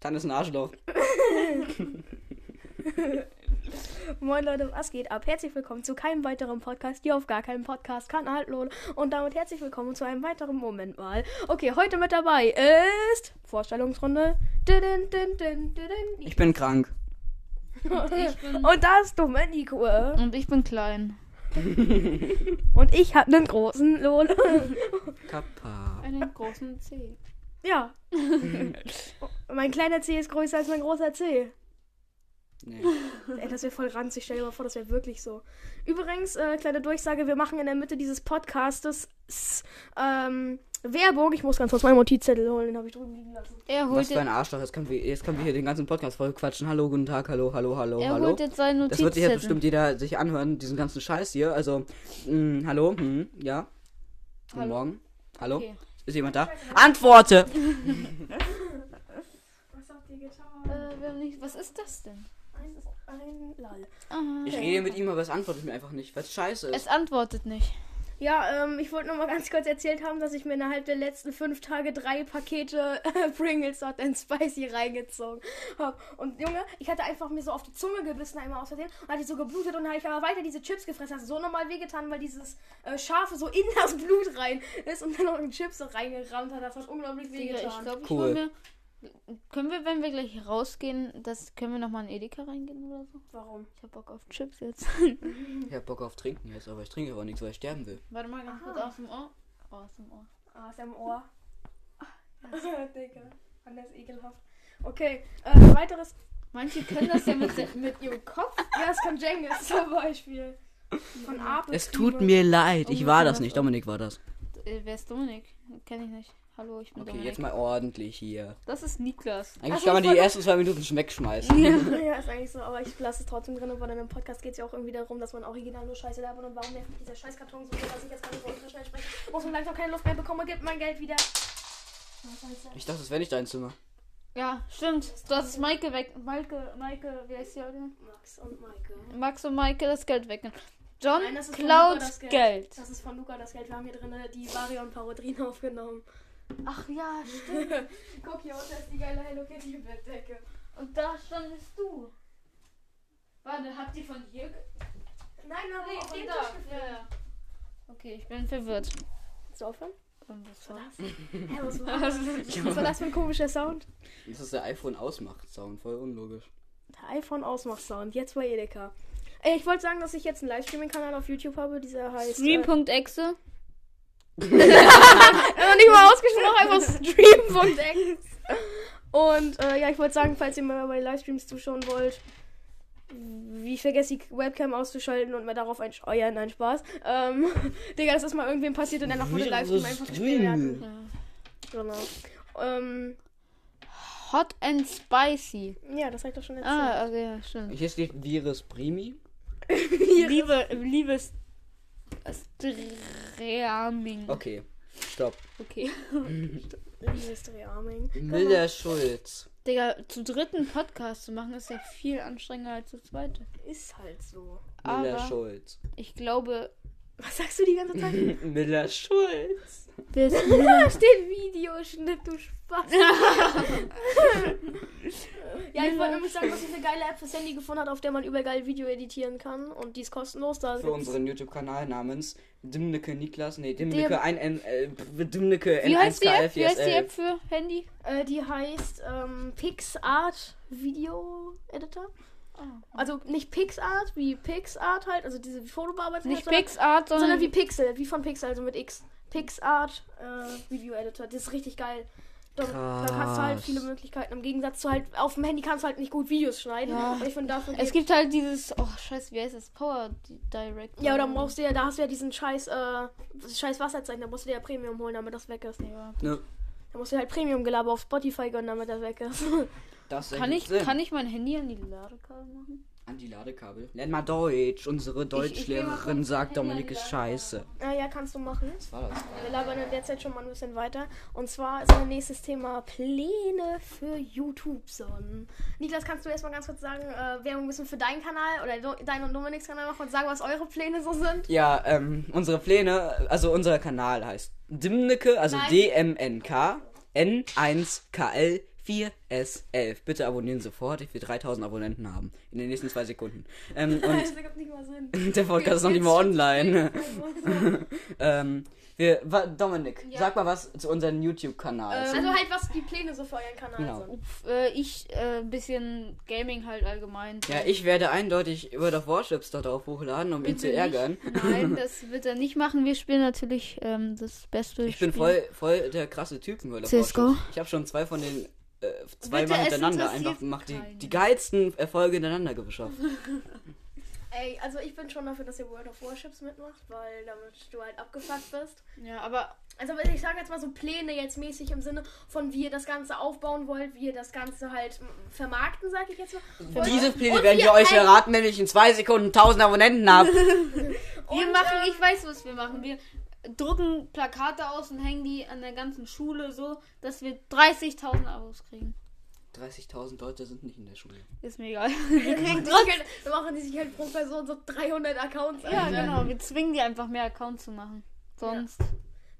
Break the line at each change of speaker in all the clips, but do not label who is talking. Tan ist ein Arschloch.
Moin Leute, was geht ab? Herzlich willkommen zu keinem weiteren Podcast, hier auf gar keinem Podcast-Kanal, lol. Und damit herzlich willkommen zu einem weiteren Moment mal. Okay, heute mit dabei ist Vorstellungsrunde. Didin, din, din, didin.
Ich bin krank.
Und ich bin,
Und da ist Domenico. äh.
und ich bin klein.
Und ich hab einen großen Lohn.
Kappa.
Einen großen C.
ja. mein kleiner C ist größer als mein großer C.
Nee.
Ey, das wäre voll ranzig. Stell dir mal vor, das wäre wirklich so. Übrigens, äh, kleine Durchsage: Wir machen in der Mitte dieses Podcastes s- ähm, Werbung. Ich muss ganz kurz meinen Notizzettel holen, den habe ich drüben liegen lassen.
Er
Was
holt,
für ein
jetzt,
Arschloch. Jetzt können, wir, jetzt können wir hier den ganzen Podcast voll quatschen. Hallo, guten Tag, hallo, hallo, hallo,
er
hallo.
holt jetzt seine
Das wird sich jetzt bestimmt
Notizzettel.
jeder sich anhören, diesen ganzen Scheiß hier. Also, mh, hallo, hm, ja. Guten
Hallo.
Morgen. Hallo.
Okay.
Ist jemand da? Antworte!
Was habt ihr getan?
Äh, wir haben nicht, was ist das denn?
Ein, ein Lall.
Aha.
Ich rede mit ihm, aber es antwortet mir einfach nicht, weil es scheiße ist.
Es antwortet nicht.
Ja, ähm, ich wollte noch mal ganz kurz erzählt haben, dass ich mir innerhalb der letzten fünf Tage drei Pakete äh, Pringles Hot and Spicy reingezogen habe. Und Junge, ich hatte einfach mir so auf die Zunge gebissen einmal aus Versehen und hatte so geblutet und habe ich aber weiter diese Chips gefressen. Hat so nochmal wehgetan, weil dieses äh, Scharfe so in das Blut rein ist und dann noch ein Chips so reingerammt hat. Das hat unglaublich
Digga, ich
wehgetan.
glaube, ich
Cool.
hol mir. Können wir, wenn wir gleich rausgehen, das können wir nochmal in Edeka reingehen oder so?
Warum?
Ich hab Bock auf Chips jetzt.
Ich hab Bock auf Trinken jetzt, aber ich trinke aber nichts, weil ich sterben will.
Warte mal ganz kurz aus dem Ohr. Oh, Aus dem Ohr.
Ah, ist am Ohr. Digga, anders ekelhaft. Okay, äh, weiteres.
Manche können das ja mit, der- mit ihrem Kopf.
Ja, das kann Jengis zum Beispiel. Von Apel.
Es tut mir leid, ich
Oh,
war
Mann,
das
das-
nicht, Dominik war das.
Äh, wer ist Dominik? Kenn ich nicht. Hallo, ich bin
Okay,
Dominik.
jetzt mal ordentlich hier.
Das ist Niklas.
Eigentlich
Ach,
kann man
ich
die ersten zwei Minuten schon wegschmeißen.
Ja, ist eigentlich so, aber ich lasse es trotzdem drin, weil in einem Podcast geht es ja auch irgendwie darum, dass man original nur Scheiße labert und warum nervt mich dieser Scheißkarton so, dass ich jetzt gerade so ultra schnell spreche, muss man gleich noch keine Luft mehr bekommen und gibt mein Geld wieder.
Ich dachte, das wäre nicht dein Zimmer.
Ja, stimmt. Du hast Maike weg. Maike, Maike, wie heißt die heute?
Max und Maike.
Max und Maike das Geld wecken. John
Nein, das ist von Luca
klaut
das Geld.
Geld.
Das ist von Luca das Geld. Wir haben hier drin die Varion-Parodien aufgenommen.
Ach ja, stimmt.
Guck, hier unten ist die geile Hello Kitty-Bettdecke.
Und da standest du. Warte, habt ihr von hier? ge-
Nein, wir haben
Nee,
auch
von
den
da.
Tisch gefilmt.
Ja, ja. Okay, ich bin verwirrt.
Willst du aufhören?
Ähm, was war das?
Hä, was war das? Was war das für ein komischer Sound?
Das ist der iPhone-Ausmacht-Sound, voll unlogisch.
iPhone Ausmachsound, jetzt bei Edeka. Äh, Ich wollte sagen, dass ich jetzt einen Livestreaming-Kanal auf YouTube habe, dieser heißt. Äh,
Stream.exe.
noch nicht mal ausgesprochen, einfach Stream.exe. Und äh, ja, ich wollte sagen, falls ihr mal bei Livestreams zuschauen wollt, wie ich vergesse, die Webcam auszuschalten und mal darauf ein Sch- Oh ja, nein, Spaß. Ähm, Digga, das ist mal irgendwem passiert und danach wurde Livestream einfach gesperrt. Genau. Ähm,
Hot and spicy.
ja, das habe ich doch schon erzählt.
Ah, okay, ja, stimmt.
Hier steht Virus Primi.
Liebe, liebes Streaming.
Okay, stopp.
Okay.
Dieses Dreharming.
Genau.
Miller Schulz.
Digga, zu dritten Podcast zu machen ist ja viel anstrengender als zu zweit.
Ist halt so.
Miller
Aber-
Schulz.
Ich glaube,
Was sagst du die ganze Zeit?
Miller Schulz.
wer ist
Da steht Videoschnitt, du Spaß. ja, ich wollte nämlich sagen, dass ich eine geile App fürs Handy gefunden habe, auf der man übergeil Video editieren kann. Und die ist kostenlos. Da
Also
Für
gibt's-
unseren YouTube-Kanal namens Dimneke Niklas. Nee, Dimneke
Dim-
1N. Äh, Dimneke
Wie heißt die App? Wie heißt die
N1KFJSL.
App für Handy?
äh, die heißt ähm, PixArt Video Editor.
Ah.
Also nicht PixArt, wie PixArt halt, also diese Fotobearbeitung.
Nicht
sondern-
PixArt, sondern,
sondern wie Pixel, wie von Pixel, also mit X. PixArt äh, Video Editor, das ist richtig geil. Da, da kannst du halt
Krass.
viele Möglichkeiten. Im Gegensatz zu halt, auf dem Handy kannst du halt nicht gut Videos schneiden.
Ja.
Und ich finde, dafür
Es gibt halt dieses, oh scheiße, wie heißt das? Power Direct.
Ja, oder brauchst du ja, da hast du ja diesen scheiß, äh, scheiß Wasserzeichen, da musst du dir ja Premium holen, damit das weg ist.
Ja.
Ne,
Da musst du dir halt Premium-Gelaber auf Spotify gönnen, damit das weg ist.
das
Kann ich,
ergibt Sinn.
kann ich mein Handy an die Ladekabel machen?
An die Ladekabel. Lern mal Deutsch. Unsere
geh
Deutschlehrerin
mal kurz
sagt,
Handy an
Dominik
die
ist
Ladekabel.
scheiße.
ah, ja, kannst du machen.
Was war das?
Wir labern in der Zeit schon mal ein bisschen weiter. Und zwar ist mein nächstes Thema Pläne für YouTube-Sonnen. Niklas, kannst du erstmal ganz kurz sagen, äh, Werbung ein bisschen für deinen Kanal oder Do dein und Dominiks Kanal machen und sagen, was eure Pläne so sind?
Ja, ähm, unsere Pläne, also unser Kanal heißt Dimneke, also
Nein.
DMNK N1KL 4S11. Bitte abonnieren sofort, ich will 3000 Abonnenten haben. In den nächsten zwei Sekunden. Ähm, und
das ergibt nicht mal Sinn.
der Podcast ist noch nicht mal online.
also
ähm, wir, wa- Dominik,
Ja.
sag mal was zu unserem YouTube-Kanal.
Ähm,
halt, was die Pläne so für euren Kanal
Genau.
sind.
Pf, äh, ich äh, ein bisschen Gaming halt allgemein.
ja, ich werde eindeutig World of Warships dort auf hochladen, um ihn
Bitte
zu ärgern.
Nicht. Nein, das wird er nicht machen. Wir spielen natürlich ähm, das beste
Ich bin
Spiel.
voll, voll der krasse Typ in World of
CSGO?
Warships. Ich habe schon zwei von den äh,
Bitte,
zweimal
es
hintereinander
interessiert
einfach gemacht, die,
keinen.
die geilsten Erfolge hintereinander geschafft.
Ey, also ich bin schon dafür, dass ihr World of Warships mitmacht, weil damit du halt abgefuckt bist.
Ja, aber
Also ich sage jetzt mal so Pläne jetzt mäßig im Sinne von, wie ihr das Ganze aufbauen wollt, wie ihr das Ganze halt mm, vermarkten, sage ich jetzt mal.
Diese Pläne
Und
werden wir
wir
euch
ein-
erraten, wenn ich in zwei Sekunden 1000 Abonnenten habe.
wir
Und,
machen,
ähm,
ich weiß, was wir machen. Wir drucken Plakate aus und hängen die an der ganzen Schule so, dass wir 30.000 Abos kriegen.
30.000 Leute sind nicht in der Schule.
Ist mir egal.
Wir kriegen die sich halt, wir machen die sich halt pro Person so 300 Accounts an.
ja, genau. Wir zwingen die einfach mehr Accounts zu machen. Sonst.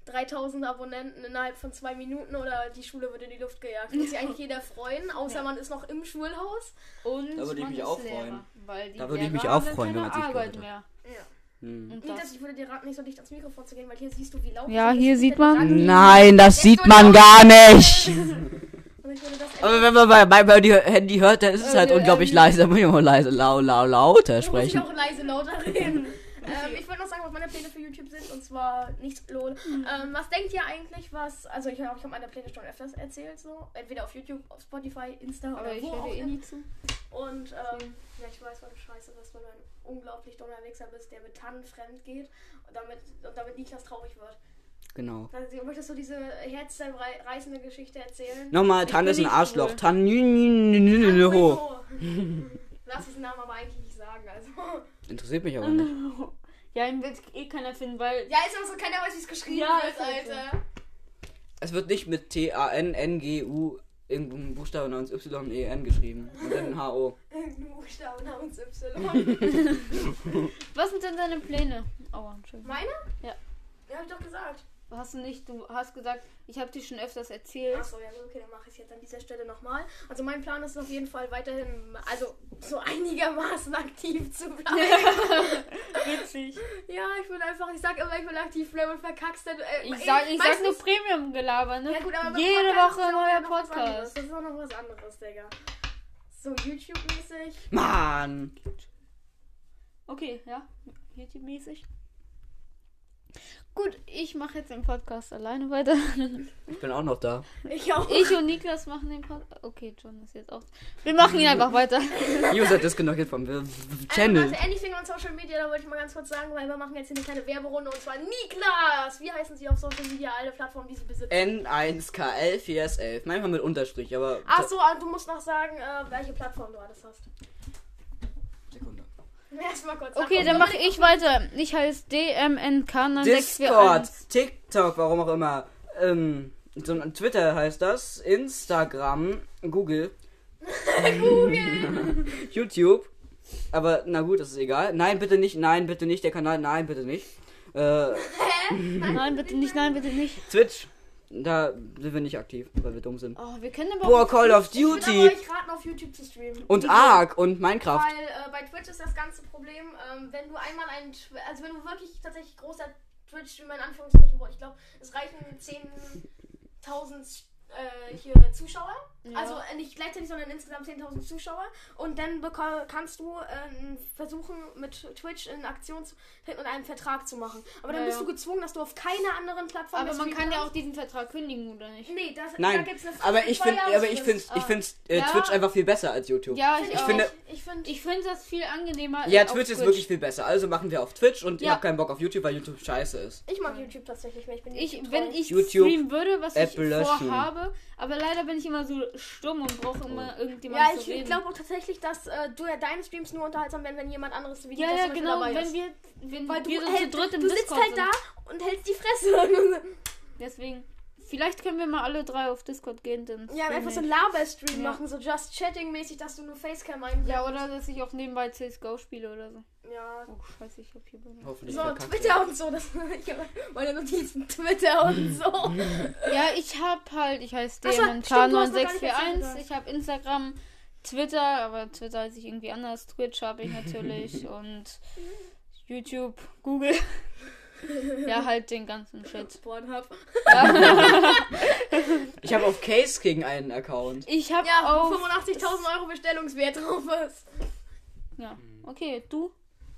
3000 Abonnenten innerhalb von zwei Minuten oder die Schule wird in die Luft gejagt. Muss sich eigentlich jeder freuen, außer man ist noch im Schulhaus.
Und
Da würde ich
man
mich
ist
auch
Lehrer,
freuen.
Weil die
Da würde ich
Lehrer
mich auch
haben dann
freuen, wenn
keine
man sich
Arbeit
gehört
mehr.
Ja.
Hm.
Und
Niklas,
das.
ich würde dir raten, nicht so dicht ans Mikrofon zu gehen, weil hier siehst du, wie laut
Ja,
es ist.
hier
Ich
sieht
hätte
man-
gesagt,
Nein, das sieht man gar nicht.
Und ich würde das
Aber wenn man bei meinem Handy hört, dann ist es halt
Äh,
unglaublich
ähm,
leise. Da muss ich mal leise, lau, lau, lauter
Du musst
sprechen.
auch leise lauter reden. ähm, ich wollte noch sagen, was meine Pläne für YouTube sind, und zwar nicht lol.
Mhm.
Ähm, was denkt ihr eigentlich, was, also ich, glaub, ich habe meine Pläne schon öfters erzählt, so, entweder auf YouTube, auf Spotify, Insta
Aber
oder
ich
wo
höre
auch
eh
immer.
nie Mhm. zu.
Und ähm, ja, ich weiß, was scheiße ist, weil du ein unglaublich dummer Wichser bist, der mit Tannen fremd geht und damit, und damit Niklas traurig wird.
Genau.
Also, möchtest du diese herzzerreißende Geschichte erzählen?
Nochmal,
Ich
Tan
bin
ist ein
nicht
Arschloch.
schwul.
Tan, nü, nü, nü, nü, nü, ho.
Ach, Lass diesen Namen aber eigentlich nicht sagen, also.
Interessiert mich aber nicht.
Ja, ihn wird eh keiner finden, weil.
Ja, ist aber so, keiner weiß, wie es geschrieben
Ja,
wird,
ist halt so.
Alter.
Es wird nicht mit T-A-N-N-G-U irgendeinem Buchstaben namens Y-E-N geschrieben. Und dann H-O.
Irgendein Buchstaben namens Y.
Was sind denn deine Pläne? Aua, Entschuldigung.
Meine?
Ja.
Ja, hab ich doch gesagt.
Hast du nicht, du hast gesagt, ich habe dir schon öfters erzählt.
Achso, ja, gut, okay, dann mache ich es jetzt an dieser Stelle nochmal. Also, mein Plan ist auf jeden Fall weiterhin, also so einigermaßen aktiv zu bleiben.
Witzig.
ja, ich will einfach, ich sag immer, ich will aktiv bleiben und verkackst dann. Äh,
Ich sag, ich sag nur
meistens-
Premium-Gelaber, ne?
Ja, gut, aber beim
Jede
Podcast
Woche ein
ist ja
neuer
auch noch was anderes.
Podcast.
Das ist auch noch was anderes, Digga. So YouTube-mäßig.
Mann.
Okay, ja. YouTube-mäßig. Gut, ich mache jetzt den Podcast alleine weiter.
Ich bin auch noch da.
Ich auch.
Ich und Niklas machen den Podcast. Okay, John ist jetzt auch. Wir machen ihn einfach weiter.
User disconnected genau vom w- w- Channel.
Also, Anything on Social Media, da wollte ich mal ganz kurz sagen, weil wir machen jetzt hier eine kleine Werberunde und zwar Niklas. Wie heißen sie auf Social Media, alle Plattformen, die sie besitzen?
N1KL4S11. Manchmal mit Unterstrich, aber.
Ach so, ah, du musst noch sagen, äh, welche Plattform du alles hast.
Sekunde.
Erstmal kurz.
Okay,
nach-
dann mache ich weiter. Ich heiße DMNK9641.
Discord, TikTok, warum auch immer. Ähm, so ein Twitter heißt das. Instagram, Google,
Google.
YouTube. Aber na gut, das ist egal. Nein, bitte nicht, nein, bitte nicht. Der Kanal, nein, bitte nicht. Äh,
Nein, bitte nicht, nein, bitte nicht.
Twitch, da sind wir nicht aktiv, weil wir dumm sind.
Oh, wir können aber.
Boah, Call of
Ich würde
Duty
aber euch raten, auf YouTube zu streamen.
und Ark und Minecraft.
Weil äh, bei Twitch ist das ganze Problem, ähm, wenn du einmal einen, Tw- also wenn du wirklich tatsächlich großer Twitch-Streamer in Anführungsstrichen wurde, ich glaube, es reichen 10.000 äh, hier Zuschauer.
Ja.
Also äh, nicht gleichzeitig, sondern insgesamt 10.000 Zuschauer. Und dann beko- kannst du ähm, versuchen, mit Twitch in Aktion zu treten und einen Vertrag zu machen. Aber dann
Ja,
bist
ja.
du gezwungen, dass du auf keiner anderen Plattform
aber
mehr
man
streamen
kann ja auch
darfst.
diesen Vertrag kündigen, oder nicht?
Nee, das, da
Nein,
gibt's eine
aber ich finde, aber ich
Zweijahresfrist.
finde, ich finde äh,
Ja.
Twitch einfach viel besser als YouTube.
Ja, ich,
Find
auch.
auch.
finde-
Ich finde.
Ich finde das viel angenehmer.
Ja,
äh, auf
Twitch ist wirklich viel besser. Also machen wir auf Twitch und ich
Ja.
habe keinen Bock auf YouTube, weil YouTube scheiße ist.
Ich mag YouTube tatsächlich mehr. Ich bin
Ich,
YouTube
wenn ich
YouTube,
streamen würde, was ich
App löschen.
vorhabe, aber leider bin ich immer so stumm und brauche immer
Oh.
irgendjemand
Ja,
zu
ich
reden.
glaube auch tatsächlich, dass äh, du ja deine Streams nur unterhaltsam werden, wenn jemand anderes Video
ja,
das
ja,
zum Beispiel
genau.
dabei
Wenn
ist.
wir, wenn
Weil du,
wir so zu
hält,
dritt im
du sitzt
Discord
halt
sind.
da und hältst die Fresse.
Deswegen Vielleicht können wir mal alle drei auf Discord gehen, denn.
Ja,
bin
einfach so einen
ich-
Laber-Stream
Ja.
machen, so just chatting-mäßig, dass du nur Facecam einblendest.
Ja, oder dass ich auch nebenbei CSGO spiele oder so.
Ja.
Oh, scheiße, ich hab hier.
Hoffentlich
So,
verkackt
Twitter und so. Das, ich habe meine Notizen, Twitter und so.
Ja, ich hab halt, ich heiße
Ach so, stimmt, du hast noch gar nicht erzählt,
Demontan9641.
oder?
Ich hab Instagram, Twitter, aber Twitter heiße ich irgendwie anders. Twitch habe ich natürlich und YouTube, Google. Ja, halt den ganzen Shit.
Pornhub.
wird. Ich habe auf Case King einen Account.
Ich hab
Ja,
auf.
85.000 Euro Bestellungswert drauf ist.
Ja, okay, du.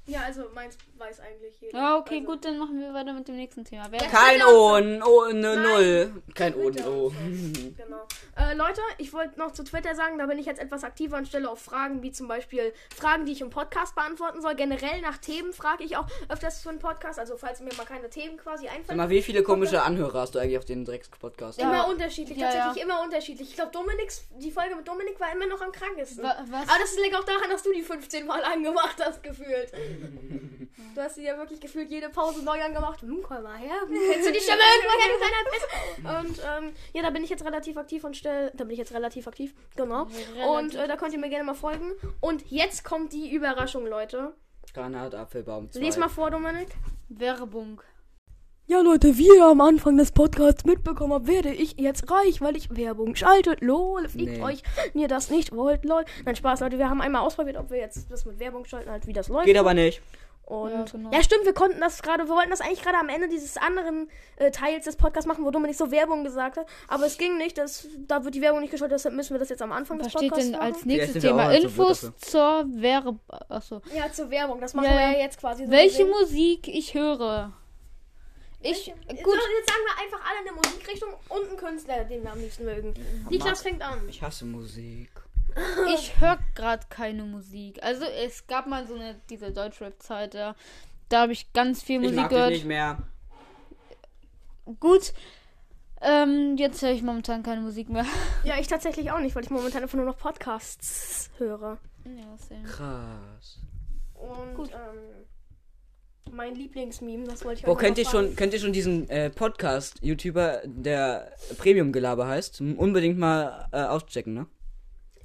Ja, also meins weiß eigentlich jeder.
Ja, Ah, okay,
also,
gut, dann machen wir weiter mit dem nächsten Thema. Wer
Ja.
Kein
Twitter
O,
und
n- O, ne,
Nein.
null. Kein O, n-
Twitter
O.
und so. Genau. Äh, Leute, ich wollte noch zu Twitter sagen, da bin ich jetzt etwas aktiver und stelle auch Fragen, wie zum Beispiel Fragen, die ich im Podcast beantworten soll. Generell nach Themen frage ich auch öfters für einen Podcast, also falls mir mal keine Themen quasi
Sag
einfallen.
mal, wie viele komische Anhörer hast du eigentlich auf den Drecks-Podcast?
Ja.
Immer unterschiedlich,
Ja,
tatsächlich immer unterschiedlich. Ich glaube, Dominik's, die Folge mit Dominik war immer noch am krankesten.
Wa- was?
Aber das liegt auch daran, dass du die 15 Mal angemacht hast, gefühlt. Du hast sie ja wirklich gefühlt jede Pause neu angemacht. Hm, komm mal her. Kennst du die Stimme irgendwann? Kein kleiner Biss. Und ähm, ja, da bin ich jetzt relativ aktiv und stell, da bin ich jetzt relativ aktiv, genau.
Relativ.
Und äh, da könnt ihr mir gerne mal folgen. Und jetzt kommt die Überraschung, Leute.
Granatapfelbaum 2.
Lies mal vor, Dominik.
Werbung.
Ja, Leute, wie ihr am Anfang des Podcasts mitbekommen habt, werde ich jetzt reich, weil ich Werbung schalte. Lol, fickt
Nee.
euch, wenn ihr das nicht wollt, lol. Nein, Spaß, Leute, wir haben einmal ausprobiert, ob wir jetzt das mit Werbung schalten, halt, wie das läuft.
Geht aber nicht.
Und ja,
Ja, genau.
stimmt, wir konnten das gerade, wir wollten das eigentlich gerade am Ende dieses anderen äh, Teils des Podcasts machen, wo Dominik so Werbung gesagt hat, aber es ging nicht, das, da wird die Werbung nicht geschaltet, deshalb müssen wir das jetzt am Anfang
Was
des
steht
Podcasts
denn als
machen.
nächstes
sind wir auch
Thema?
halt so blöd
Infos
dafür.
zur Werbung. Achso.
Ja, zur Werbung, das machen
Ja,
wir
ja.
ja jetzt quasi. so
Welche
gesehen.
Musik ich höre? Ich.
Jetzt-
Gut.
Jetzt sagen wir einfach alle eine Musikrichtung und einen Künstler, den wir am liebsten mögen. Die Klaus fängt an.
Ich hasse Musik.
Ich höre gerade keine Musik. Also es gab mal so eine diese Deutschrap-Zeit, ja. da habe ich ganz viel
Ich
Musik
mag dich
gehört.
nicht mehr.
Gut. Ähm, jetzt höre ich momentan keine Musik mehr.
Ja, ich tatsächlich auch nicht, weil ich momentan einfach nur noch Podcasts höre.
Ja, same.
Krass.
Und
Gut.
Ähm, mein Lieblingsmeme, das wollte ich
Boah,
euch
kennt
noch
ihr schon, kennt ihr schon diesen äh, Podcast-YouTuber, der Premium-Gelaber heißt? Unbedingt mal äh, auschecken, ne?
fragen.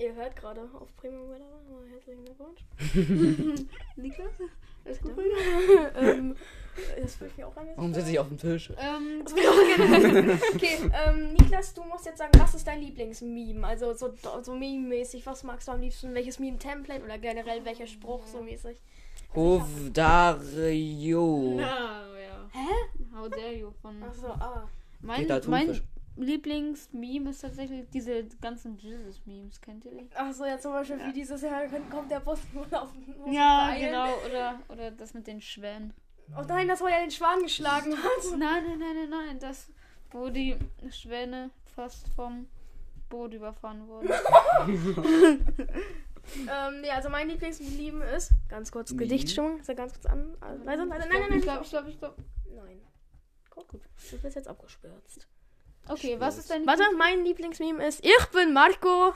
Ihr hört gerade auf Premium Weather. Oh, Herzlichen Glückwunsch.
Niklas?
Alles gut. ähm, das fühlt mich auch an.
Warum sitze ich auf dem Tisch?
Ähm,
Okay, ähm, Niklas, du musst jetzt sagen, was ist dein Lieblingsmeme? Also so, so meme-mäßig, was magst du am liebsten? Welches Meme-Template oder generell welcher Spruch so mäßig?
Hovdario.
na, ja. Hä? How dare you? Von
Achso, ah.
mein
Peter
mein
Thunfisch.
Lieblingsmeme ist tatsächlich diese ganzen Jesus-Memes. Kennt ihr die?
Achso, ja zum Beispiel wie dieses Jahr kommt der Bus nur auf den
Ja, genau. Oder, oder das mit den Schwänen.
Oh nein, das war ja den Schwan geschlagen hat.
Nein, nein, nein, nein, nein. Das, wo die Schwäne fast vom Boot überfahren wurden.
Ähm, nee, also mein Lieblingsmeme ist. Ganz kurz
Meme?
Gedichtstimmung. Ist ja ganz kurz an. Also, leise, leise, nein, nein,
Mhm. Ich
nein.
glaube, ich glaube, ich glaube.
Nein. Oh, Gut, gut. Du bist jetzt abgespürzt.
Okay, was ist dein
Warte, mein Lieblingsmeme ist Ich bin Marco.
Boah.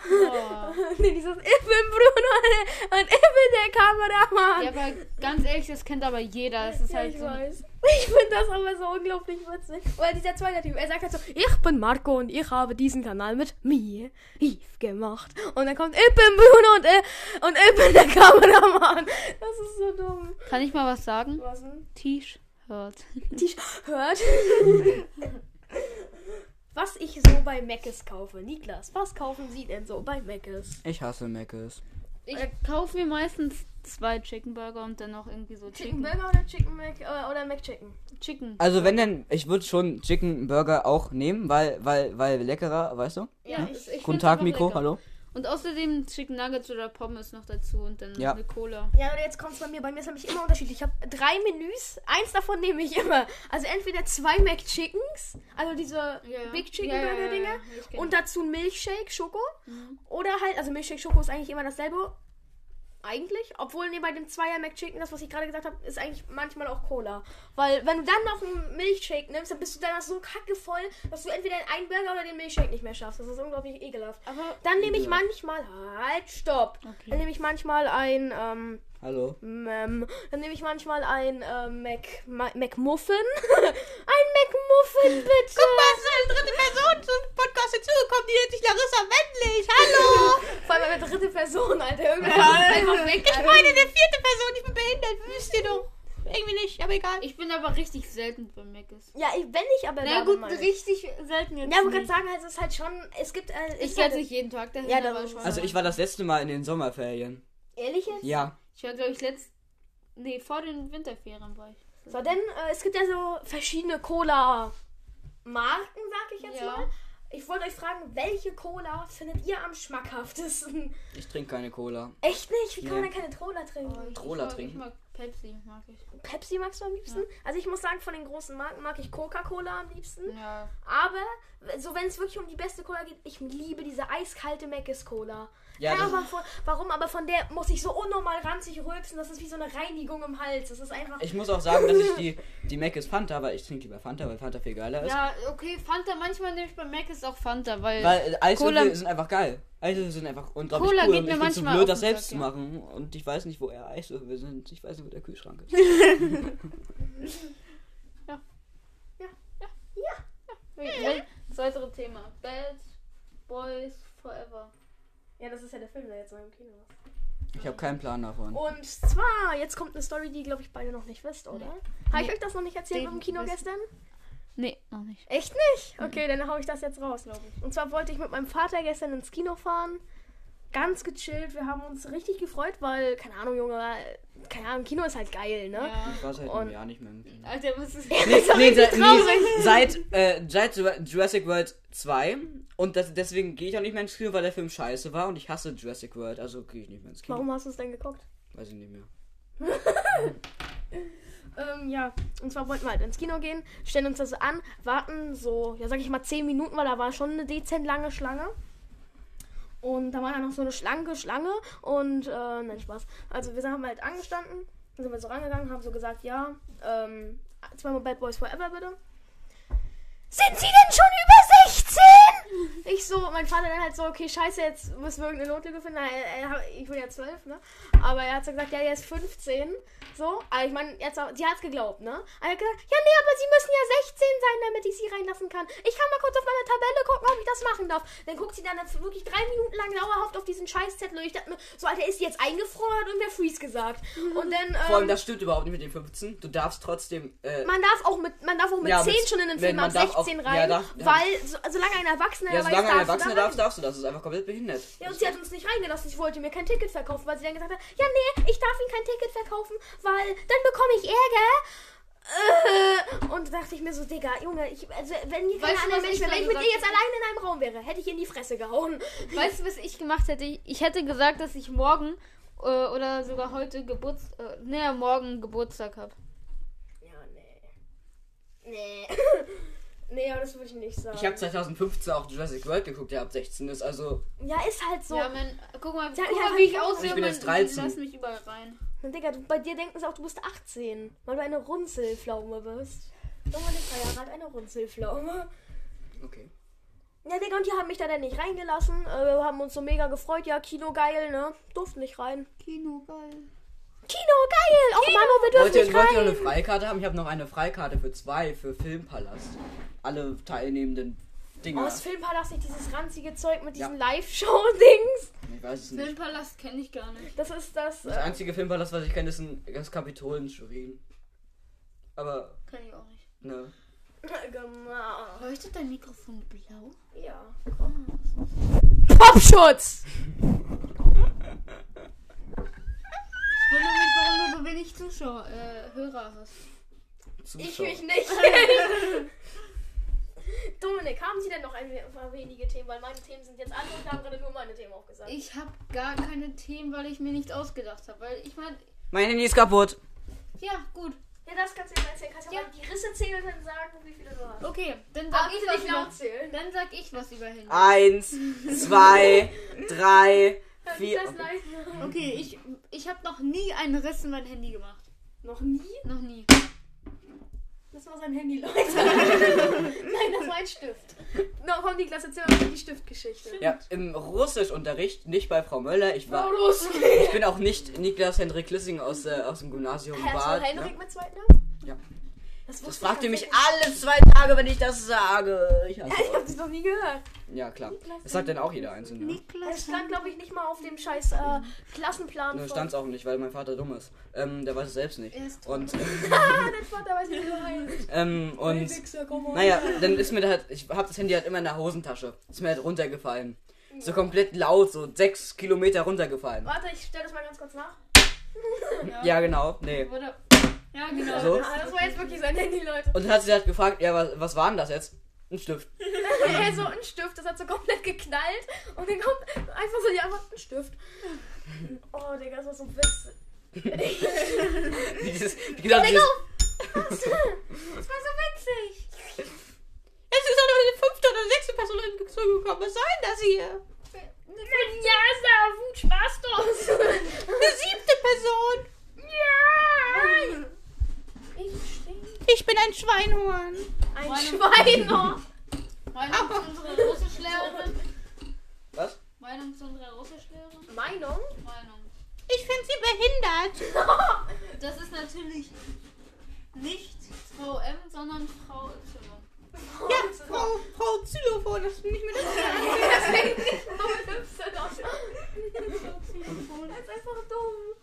nee, dieses Ich bin Bruno und ich bin der Kameramann.
Ja, aber ganz ehrlich, das kennt aber jeder. Das ist
Ja,
halt
ich
so.
weiß. Ich finde das aber so unglaublich witzig. Oder dieser zweite Typ, er sagt halt so, ich bin Marco und ich habe diesen Kanal mit mir gemacht. Und dann kommt, ich bin Bruno und, äh, und ich bin der Kameramann. Das ist so dumm.
Kann ich mal was sagen?
Was denn?
T-Shirt.
Die hört. was ich so bei Meckes kaufe. Niklas, was kaufen Sie denn so bei Meckes?
Ich hasse Meckes.
Ich kaufe mir meistens zwei Chicken Burger und dann noch irgendwie so
Chicken
Chicken.
Burger oder Chicken Mac äh, oder Mac Chicken?
Chicken.
Also wenn denn, ich würde schon Chicken Burger auch nehmen, weil, weil, weil leckerer, weißt du?
Ja, ich, ich
Guten
find's
Tag,
einfach
Mikro,
lecker.
hallo.
Und außerdem Chicken Nuggets oder Pommes noch dazu und dann
Ja.
eine Cola.
Ja, oder jetzt kommt's bei mir. Bei mir ist nämlich immer unterschiedlich. Ich habe drei Menüs. Eins davon nehme ich immer. Also entweder zwei McChickens, also diese Big Chicken Burger Dinger.
Mhm.
Und dazu ein Milchshake, Schoko. Oder halt, also Milchshake, Schoko ist eigentlich immer dasselbe. Eigentlich. Obwohl, nee, bei dem Zweier McChicken, das, was ich gerade gesagt habe, ist eigentlich manchmal auch Cola. Weil, wenn du dann noch einen Milchshake nimmst, dann bist du danach so kackevoll, dass du entweder den einen Burger oder den Milchshake nicht mehr schaffst. Das ist unglaublich ekelhaft.
Aber
Dann nehme ich
Ja.
manchmal. Halt, stopp!
Okay.
Dann nehme ich manchmal ein. Ähm,
Hallo.
ähm, dann nehme ich manchmal ein äh, Mac, Ma- McMuffin. ein McMuffin, bitte!
Guck mal, es ist eine dritte Person zum Podcast hinzugekommen, die nennt sich Larissa Wendlich. Hallo!
Vor allem eine dritte Person, Alter. Irgendwann
Ja. ne?
ist einfach weg.
Ich meine, eine vierte Person, ich bin behindert, wisst ihr doch. Irgendwie nicht, aber egal.
Ich bin aber richtig selten bei Meckes.
Ja, ich, wenn ich aber.
Na
da
gut,
mal-
richtig selten jetzt.
Ja, ich wollte gerade
nicht.
sagen, also es ist halt schon. Es gibt. Äh,
Ich
es
gehe
hat-
jetzt nicht jeden Tag dahin,
Ja, das
aber
ist-
schon.
Also
Also ich war das letzte Mal in den Sommerferien.
Ehrlich jetzt?
Ja.
ich war, glaube ich, letzt. Nee, vor den Winterferien war ich.
So, denn äh, es gibt ja so verschiedene Cola-Marken, sag ich jetzt
Ja.
mal. Ich wollte euch fragen, welche Cola findet ihr am schmackhaftesten?
Ich trinke keine Cola.
Echt nicht? Wie kann man
Nee.
denn keine Cola trinken?
Troller
ich mag,
trinken.
Ich mag Pepsi, mag ich.
Pepsi magst du am liebsten? Also ich muss sagen, von den großen Marken mag ich Coca-Cola am liebsten.
Ja.
Aber so wenn es wirklich um die beste Cola geht, ich liebe diese eiskalte Meckes Cola.
Ja,
Ja,
das-
aber von, warum? Aber von der muss ich so unnormal ranzig rülpsen. Das ist wie so eine Reinigung im Hals. Das ist einfach.
Ich muss auch sagen, dass ich die, die Mac ist Fanta, aber ich trinke lieber Fanta, weil Fanta viel geiler ist.
Ja, okay, Fanta, manchmal nehme ich bei Meckes auch Fanta, weil.
Weil äh, Eiswürfel
Cola-
sind einfach geil. Eiswürfel sind einfach unglaublich
Cola
cool
geht
und
mir
ich bin zu
manchmal
blöd,
auf
das
den
selbst
Sack,
zu
ja.
machen. Und ich weiß nicht, wo er Eiswürfel sind. Ich weiß nicht, wo der Kühlschrank ist.
Wel- ne? Das weitere Thema. Bad Boys Forever.
Ja, das ist ja der Film, der jetzt mal im Kino ist.
Ich habe keinen Plan davon.
Und zwar, jetzt kommt eine Story, die, glaube ich, beide noch nicht wisst, oder? Habe ich
Nee.
euch das noch nicht erzählt
Nee,
im Kino
weiß-
gestern?
Nee, noch nicht.
Echt nicht? Okay, dann haue ich das jetzt raus, glaube ich. Und zwar wollte ich mit meinem Vater gestern ins Kino fahren. Ganz gechillt. Wir haben uns richtig gefreut, weil, keine Ahnung, Junge, äh, keine Ahnung, Kino ist halt geil, ne?
Ja.
Ich war seit
Und-
einem Jahr nicht mehr im Kino.
Alter, was ist.
Nee, nee, seit, nee, seit, äh, seit Ju- Jurassic World 2 und das, deswegen gehe ich auch nicht mehr ins Kino, weil der Film scheiße war und ich hasse Jurassic World, also gehe ich nicht mehr ins Kino.
Warum hast du es denn geguckt?
Weiß ich nicht mehr.
Ähm, ja, und zwar wollten wir halt ins Kino gehen, stellen uns das so an, warten so, ja sag ich mal 10 Minuten, weil da war schon eine dezent lange Schlange. Und da war dann noch so eine schlanke Schlange und, äh, nein, Spaß. Also wir haben halt angestanden, dann sind wir so rangegangen, haben so gesagt, ja, ähm, zweimal Bad Boys Forever bitte. Sind sie denn schon über 16? Ich so, mein Vater dann halt so, okay, scheiße, jetzt müssen wir irgendeine Notlücke finden. Na, er- er- Ich bin ja 12, ne? Aber er hat so gesagt, ja, er ist 15. So, aber ich meine, jetzt, sie hat es geglaubt, ne? Er hat gesagt, ja, nee, aber sie müssen ja 16 sein, damit ich sie reinlassen kann. Ich kann mal kurz auf meine Tabelle gucken, ob ich das machen darf. Dann guckt sie dann wirklich drei Minuten lang dauerhaft auf diesen Scheißzettel. Und ich dachte mir, so, Alter, ist sie jetzt eingefroren, hat irgendwer Freeze gesagt. Und dann, ähm,
Vor allem, das stimmt überhaupt nicht mit den 15. Du darfst trotzdem, äh,
man darf auch mit, man darf auch mit
Ja,
10
mit-
schon in den
wenn
Film
man
ab
darf
16
auch-
rein,
ja, darf- ja.
weil so, solange ein Erwachsener
ja,
dabei
solange ein
ist, darfst du da
Erwachsener
rein.
darfst, darfst du das. Das ist einfach komplett behindert. Also
Ja, und sie hat uns nicht reingelassen. Ich wollte mir kein Ticket verkaufen, weil sie dann gesagt hat, ja, nee, ich darf Ihnen kein Ticket verkaufen, weil dann bekomme ich Ärger. Äh, Und dachte ich mir so, Digga, Junge, ich, also, wenn hier keine
Weißt du,
anderen
was
Menschen
ich
wären, wenn ich mit
dann
dir
gesagt
jetzt alleine in einem Raum wäre, hätte ich ihr in die Fresse gehauen.
Weißt du, was ich gemacht hätte? Ich hätte gesagt, dass ich morgen äh, oder sogar heute Geburtstag. Äh, nee, morgen Geburtstag habe.
Ja, nee. Nee. nee, aber das würde ich nicht sagen.
Ich habe 2015 auch Jurassic World geguckt, der ab 16 ist, also
ja, ist halt so.
Ja, mein, guck mal,
Ja,
guck
ja,
mal wie ich
ja.
aussehe.
Ich bin
mein-
jetzt 13.
Lass mich überall rein.
Na, Digga, du, bei dir denken sie auch, du bist 18, weil du eine Runzelflaume bist. Junge, Digga, ja, halt eine Runzelflaume.
okay.
Ja, Digga, und die haben mich da dann nicht reingelassen. Äh, wir haben uns so mega gefreut. Ja, Kino geil, ne? Durften nicht rein.
Kino, geil.
Kino geil! Auch Mama, wir dürfen
Wollt ihr,
nicht
wollt ihr noch eine
rein.
Freikarte haben? Ich habe noch eine Freikarte für zwei, für Filmpalast. Alle teilnehmenden Dinger.
Oh, ist Filmpalast nicht dieses ranzige Zeug mit
Ja.
diesen Live-Show-Dings?
ich weiß es nicht.
Filmpalast kenne ich gar nicht.
Das ist das.
Das
Äh,
einzige Filmpalast, was ich kenne, ist ein, das Kapitol in Turin. Aber,
Kann ich auch nicht.
ne.
genau.
Leuchtet dein Mikrofon blau?
Ja. Popschutz!
Ich bin damit, warum du so wenig Zuschauer, äh, Hörer hast.
Ich
Zuschauer.
mich nicht. Dominik, haben Sie denn noch ein paar wenige Themen? Weil meine Themen sind jetzt alle und da haben gerade nur meine Themen aufgesagt.
Ich habe gar keine Themen, weil ich mir nicht ausgedacht habe. Weil ich meine,
Mein Handy ist kaputt.
ja, gut.
Ja, das kannst du jetzt erzählen. Kannst du
Ja.
mal die Risse zählen und dann sagen, wie viele du hast.
Okay, dann sag,
Aber
ich,
ich
was
nicht
über,
laut zählen.
dann sag ich was über Handy.
Eins, zwei, drei,
Hört sich
vier.
das
Okay.
leise an?
Okay, ich, ich habe noch nie einen Riss in mein Handy gemacht.
Noch nie?
Noch nie.
Das war sein Handy, Leute. Nein, das war ein Stift. Na, komm, Niklas, erzähl mal die Stiftgeschichte.
Ja, im Russischunterricht, nicht bei Frau Möller. Ich war,
los.
ich bin auch nicht Niklas Hendrik Lissing aus, äh, aus dem Gymnasium war.
Also Heinrich
Ne?
mit zweiten Namen?
Ja.
Das,
Das
wusste
fragt ihr mich
tatsächlich-
alle zwei Tage, wenn ich das sage. Ich hasse
Ich hab
euch.
das noch nie gehört.
Ja, klar. Das sagt dann auch jeder Einzelne. ne?
Das stand, glaube ich, nicht mal auf dem scheiß äh, Klassenplan.
Nur
von-
stand's auch nicht, weil mein Vater dumm ist. Ähm, der weiß es selbst nicht.
Er ist
Und,
Mein Vater weiß nicht, wie er heißt.
ähm,
Hey,
und,
Wichser, komm mal.
naja, dann ist mir da halt, ich hab das Handy halt immer in der Hosentasche. Ist mir halt runtergefallen. So komplett laut, so sechs Kilometer runtergefallen.
Warte, ich stell das mal ganz kurz nach.
Ja, genau, nee.
Oder, ja, genau.
So.
Ah, das war jetzt wirklich sein Handy, Leute.
Und dann hat sie halt gefragt, ja, was, was war denn das jetzt? Ein Stift.
Hey, so ein Stift, das hat so komplett geknallt. Und dann kommt einfach so die Antwort, ein Stift. Oh, Digga, das war so witzig.
Dieses, genau dieses,
Das war so witzig.
Es ist aber eine fünfte oder sechste Person hinzugekommen. Was soll denn das hier?
Ja, ist da Wut, Spaß draus.
Eine siebte Person.
Ja. Ich stehe.
Ich bin ein Schweinhorn.
Ein
Meine-
Schwein.
Meinung zu unserer Russischlehrerin.
was?
Meinung zu unserer Russischlehrerin.
Meinung?
Meinung.
Ich finde sie behindert.
Das ist natürlich nicht Frau M, sondern Frau Y.
Oh,
Ja, Frau, Frau Xylophon, das bin ich mit
Das ist einfach dumm.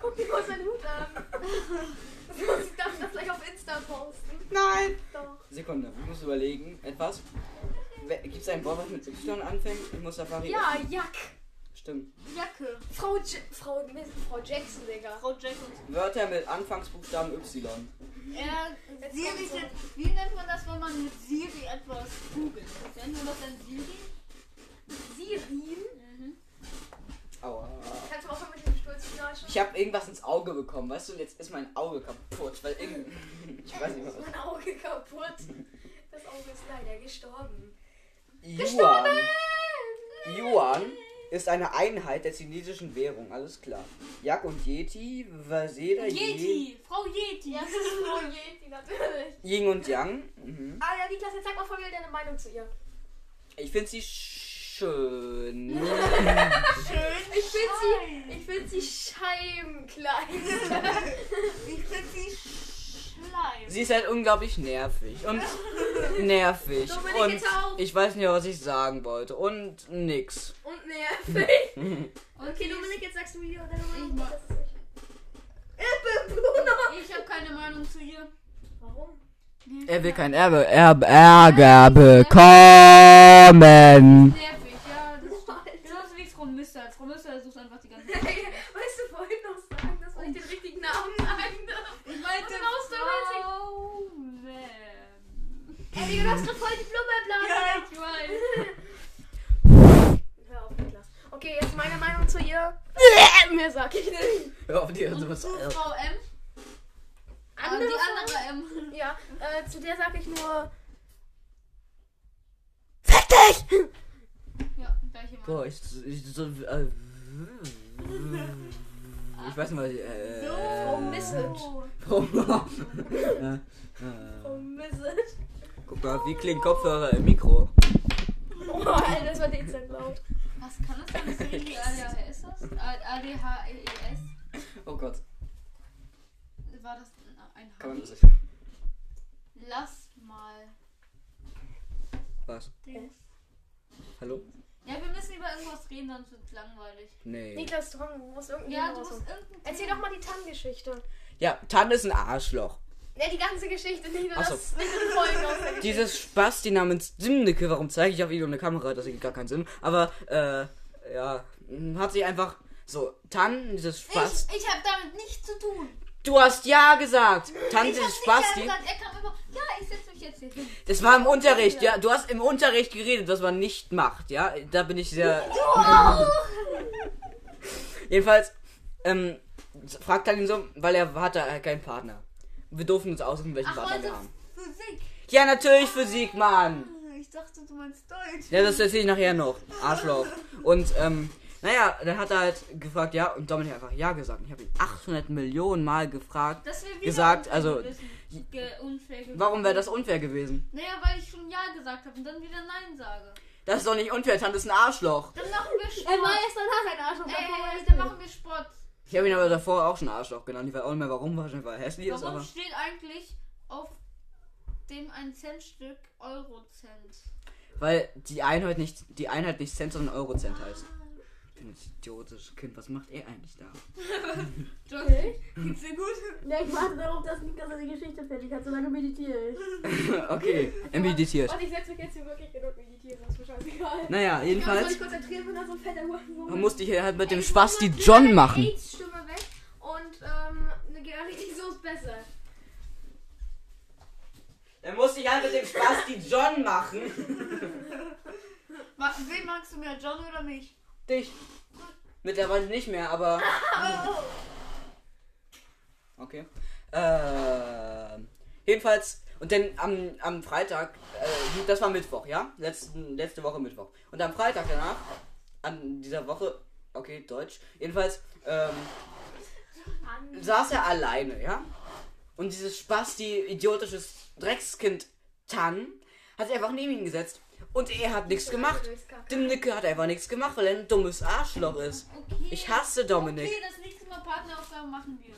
Guck dir mal seinen Hut an. Ich darf das gleich auf Insta posten.
Nein.
Doch.
Sekunde, ich muss überlegen. Etwas? We- Gibt's ein Wort, was mit Y anfängt? Ich muss Safari.
Ja, Jack.
Stimmt.
Jacke.
Frau, J Frau, Mist, Frau Jackson, Digga.
Frau Jackson.
Wörter mit Anfangsbuchstaben Y.
Er,
Jetzt
Siri,
kommt so.
ist- wie nennt man das, wenn man mit Siri etwas googelt? Nennt man das ein Siri?
Sirin.
Aua.
Kannst du auch mal mit dem Stuhl zu knatschen?
Ich habe irgendwas ins Auge bekommen, weißt du? Und jetzt ist mein Auge kaputt, weil irgendwie. Ich weiß nicht, was das
Mein Auge kaputt. Das Auge ist leider gestorben.
ist. Yuan. Yuan ist eine Einheit der chinesischen Währung, alles klar. Yak und Yeti, Vaseda, Yin,
Yeti. Frau Yeti.
Ja, das ist Frau Yeti, natürlich.
Yin und Yang. Mhm.
Ah ja, Niklas, jetzt sag mal voll deine Meinung zu ihr.
Ich finde sie schön.
Ich finde sie, ich find sie scheimklein.
Ich finde sie schleim.
Sie ist halt unglaublich nervig und nervig.
So bin ich
Und
jetzt auch.
ich weiß nicht, was ich sagen wollte. Und nix.
Und nervig.
Okay, Dominik.
jetzt sagst du wieder deine
Ich mach-
Das ist echt- Ich bin Bruno.
Ich habe keine Meinung zu ihr.
Warum?
Er will kein Erbe, Erbe, Ärger bekommen.
Nervig, ja. Das stimmt. Genauso wie Frau Mister. Frau Mister sucht einfach die ganze Zeit.
Hey, weißt du, vorhin noch sagen, dass man
Oh.
nicht den richtigen Namen sagen darf?
Ich meinte
Und raus damit.
Frau
Ey, Digga, du hast doch voll die Blubberblase.
Ja, ich weiß.
Hör auf, Niklas. Okay, jetzt meine Meinung zu ihr. Mehr sag ich
Ähm,
nicht.
Hör auf, dir
Und
sowas.
zu Frau M. Aber die
Frau-
andere M.
Ja, äh, zu der sag ich nur.
Ja, gleiche Meinung.
Boah, ich, ich so. Äh, ich weiß nicht, was ich. Äh,
Frau Missage.
äh,
Oh,
äh,
Missage.
guck mal, wie klingen Kopfhörer im Mikro?
Oh, Alter, das war dezent laut.
Was kann das denn? Ist das irgendwie ADHS? das? A- E, ADHES?
Oh Gott,
War das ein
kann man das
Hobby?
nicht.
Lass mal.
Was?
Dings.
Hallo?
Ja, wir müssen über irgendwas reden, sonst wird's langweilig.
Nee.
Niklas, komm, du musst irgendwie.
Ja, du musst irgendein
Erzähl doch mal die Tannengeschichte.
Ja, Tan ist ein Arschloch.
Ne, die ganze Geschichte, nicht nur
Ach so.
das, nicht nur die Folgen aus der Geschichte.
Dieses Spasti namens Simneke, warum zeige ich auf ihn ohne Kamera? Das ergibt gar keinen Sinn. Aber, äh, ja, hm, hat sich einfach so, Tan, dieses Spasti.
Ich, ich habe damit nichts zu tun.
Du hast ja gesagt! Tan,
Ich
dieses
habe nicht
Spasti.
gesagt, er kam immer. Ja, ich setze mich jetzt hier hin.
Das war im Unterricht, ja. Du hast im Unterricht geredet, was man nicht macht, ja. Da bin ich sehr. Jedenfalls, ähm, fragt Tan ihn so, weil er hatte äh, keinen Partner. Wir durften uns aussuchen, welchen
Ach,
Partner wir
also
haben.
Physik.
Ja, natürlich Physik, Mann!
Ich dachte, du meinst Deutsch.
Ja, das erzähle ich nachher noch. Arschloch. Und ähm, Naja, dann hat er halt gefragt, ja, und Dominik hat einfach ja gesagt. Ich habe ihn 800 Millionen Mal gefragt.
Das wäre wieder
Gesagt,
unfair
also-
gewesen. Ge unfair gewesen.
Warum wäre das unfair gewesen?
Naja, weil ich schon Ja gesagt habe und dann wieder Nein sage.
Das ist doch nicht unfair, Tante ist ein Arschloch.
Dann machen wir Sport.
Er war erst danach ein Arschloch. davor war
Ey,
er
dann
nicht.
machen wir Sport.
Ich habe ihn aber davor auch schon Arschloch genannt. Ich weiß auch nicht mehr warum, wahrscheinlich weil er hässlich ist,
Warum
aber.
steht eigentlich auf dem 1 Cent Stück Eurocent?
Weil die Einheit nicht, die Einheit nicht Cent, sondern Eurocent heißt. Ich bin das idiotische Kind, was macht er eigentlich da?
Johnny, geht's dir gut?
Ja, ich warte darauf, dass Lukas seine Geschichte fertig hat. Solange meditiere ich.
okay, er meditiert.
Und ich setze mich jetzt hier wirklich hin und meditiere. Das ist mir scheißegal.
Naja,
Ich kann mich
jedenfalls
nicht konzentrieren, wenn da so ein fetter Hurensohn
man
ist.
musste hier halt mit dem
Ich
Spasti
muss mal
John
meine
machen.
AIDS-Stimme weg und ähm, eine Gerechtigkeit so ist besser.
Er musste ich halt mit dem Spasti John machen.
Ma wen magst du mehr, John oder mich?
Dich. Mittlerweile nicht mehr, aber. Okay. Ähm, jedenfalls, und dann am, am Freitag, äh, das war Mittwoch, ja? Letzten, letzte Woche Mittwoch. Und am Freitag danach, an dieser Woche, okay, Deutsch, jedenfalls, ähm, saß er alleine, ja? Und dieses spasti idiotisches Dreckskind Tan hat sich einfach neben ihn gesetzt. Und er hat nichts gemacht. Dem Nicke hat einfach nichts gemacht, weil er ein dummes Arschloch ist.
Okay.
Ich hasse Dominik.
Okay, das nächste Mal Partneraufgaben machen wir.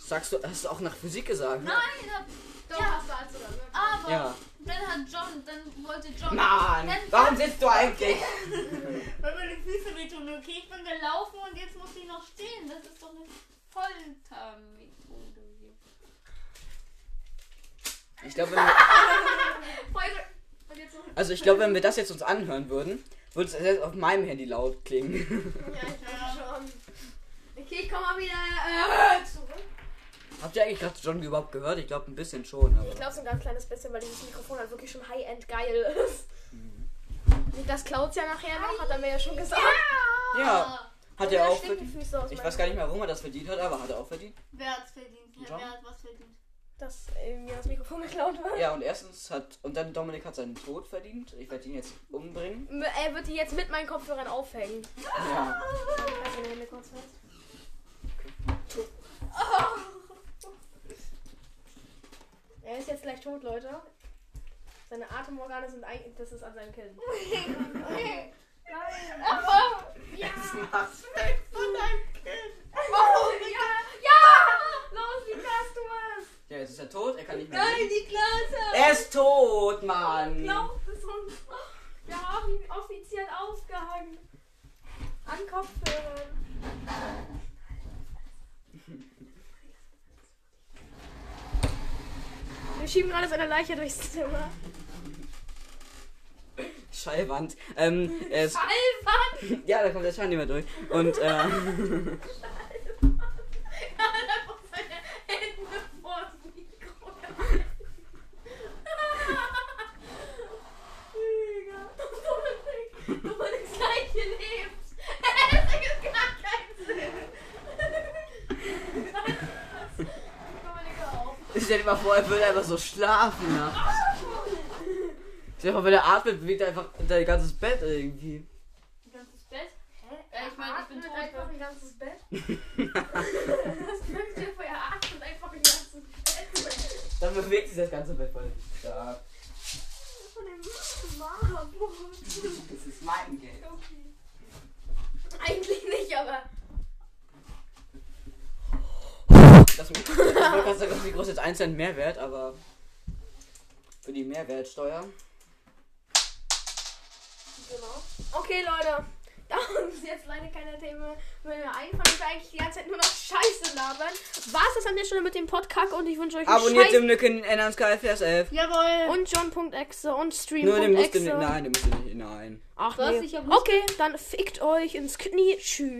Sagst du, hast du auch nach Physik gesagt? ne?
Nein, hab-
Doch,
Ja.
hast du alles oder? Ne?
aber
Ja.
dann hat John, dann wollte John.
Mann,
Dann-
warum sitzt du eigentlich?
Weil meine Füße wehtun. Okay, ich bin gelaufen und jetzt muss ich noch stehen. Das ist doch eine Foltermethode. hier.
Ich glaube, wenn wir,
Folge. Und jetzt noch.
also ich glaube, wenn wir das jetzt uns anhören würden, würde es selbst auf meinem Handy laut klingen.
Ja, ich glaube schon. Okay, ich komme mal wieder äh, zurück.
Habt ihr eigentlich gerade John überhaupt gehört? Ich glaube ein bisschen schon,
Ich
aber.
glaube so ein ganz kleines bisschen, weil dieses Mikrofon halt wirklich schon High-End geil ist. Das klaut's ja nachher noch, hat er mir Mhm. ja schon gesagt.
Ja, hat er auch
stinken
verdient.
Füße aus
Ich
meinem-
weiß gar nicht mehr, warum er das verdient hat, aber hat er auch verdient.
Wer hat's verdient? Wer,
John?
wer hat was verdient?
Dass äh, mir das Mikrofon geklaut wird.
Ja, und erstens hat. Und dann Dominik hat seinen Tod verdient. Ich werde ihn jetzt umbringen.
M- Er wird die jetzt mit meinen Kopfhörern aufhängen.
Ja.
Also, wenn du kurz fest. Er ist jetzt gleich tot, Leute. Seine Atemorgane sind eigentlich. Das ist an seinem Kinn.
Das macht's weg.
Oh, ja! Ja! Los, wie kannst du es?
Ja, jetzt ist er tot, er kann nicht mehr.
Nein,
Leben.
die Klasse!
Er ist tot, Mann!
Glaubt es uns. oh, Wir haben ihn offiziell aufgehangen. An Kopfhörern. Wir schieben gerade seine Leiche durchs Zimmer.
Schallwand. Ähm, er ist.
Alpha!
Ja, da kommt der Schein nicht mehr durch. Und, äh,
Da muss seine Hände
Oh,
vor das Mikro. Digga. Dominik, Dominik, das gleiche lebt. Es ergibt gar keinen Sinn. Dominik, hör auf.
stell dir mal vor, er würde einfach so schlafen, ja. Stell dir mal vor, wenn er atmet, bewegt er einfach sein ganzes Bett irgendwie.
Ein ganzes Bett?
Er
Ja, Äh, ich meine, ich bin
atmet
tot.
einfach ein ganzes Bett. das möchte ich vorher atmet einfach ein ganzes Bett.
Dann bewegt sich das ganze Bett voll. Ja,
Von dem Marmor.
das ist mein Geld.
Eigentlich nicht, aber.
Das ich wollte gerade sagen, das Mikro ist jetzt 1 Cent Mehrwert, aber. Für die Mehrwertsteuer.
Genau. Okay, Leute. Da uns jetzt leider keine Themen mehr einfallen und wir eigentlich die ganze Zeit nur noch Scheiße labern, war es das an der Stelle mit dem Podcast und ich wünsche euch einen
Abonniert äh,
Scheiß
dem Nücken in NSK FS 11.
Jawohl.
und John.exe und
Nur den musst du
Stream.exe.
Nein, den musst du nicht. Nein.
Ach
Was?
nee.
Ich hab nicht-
Okay, dann fickt euch ins Knie. Tschüss.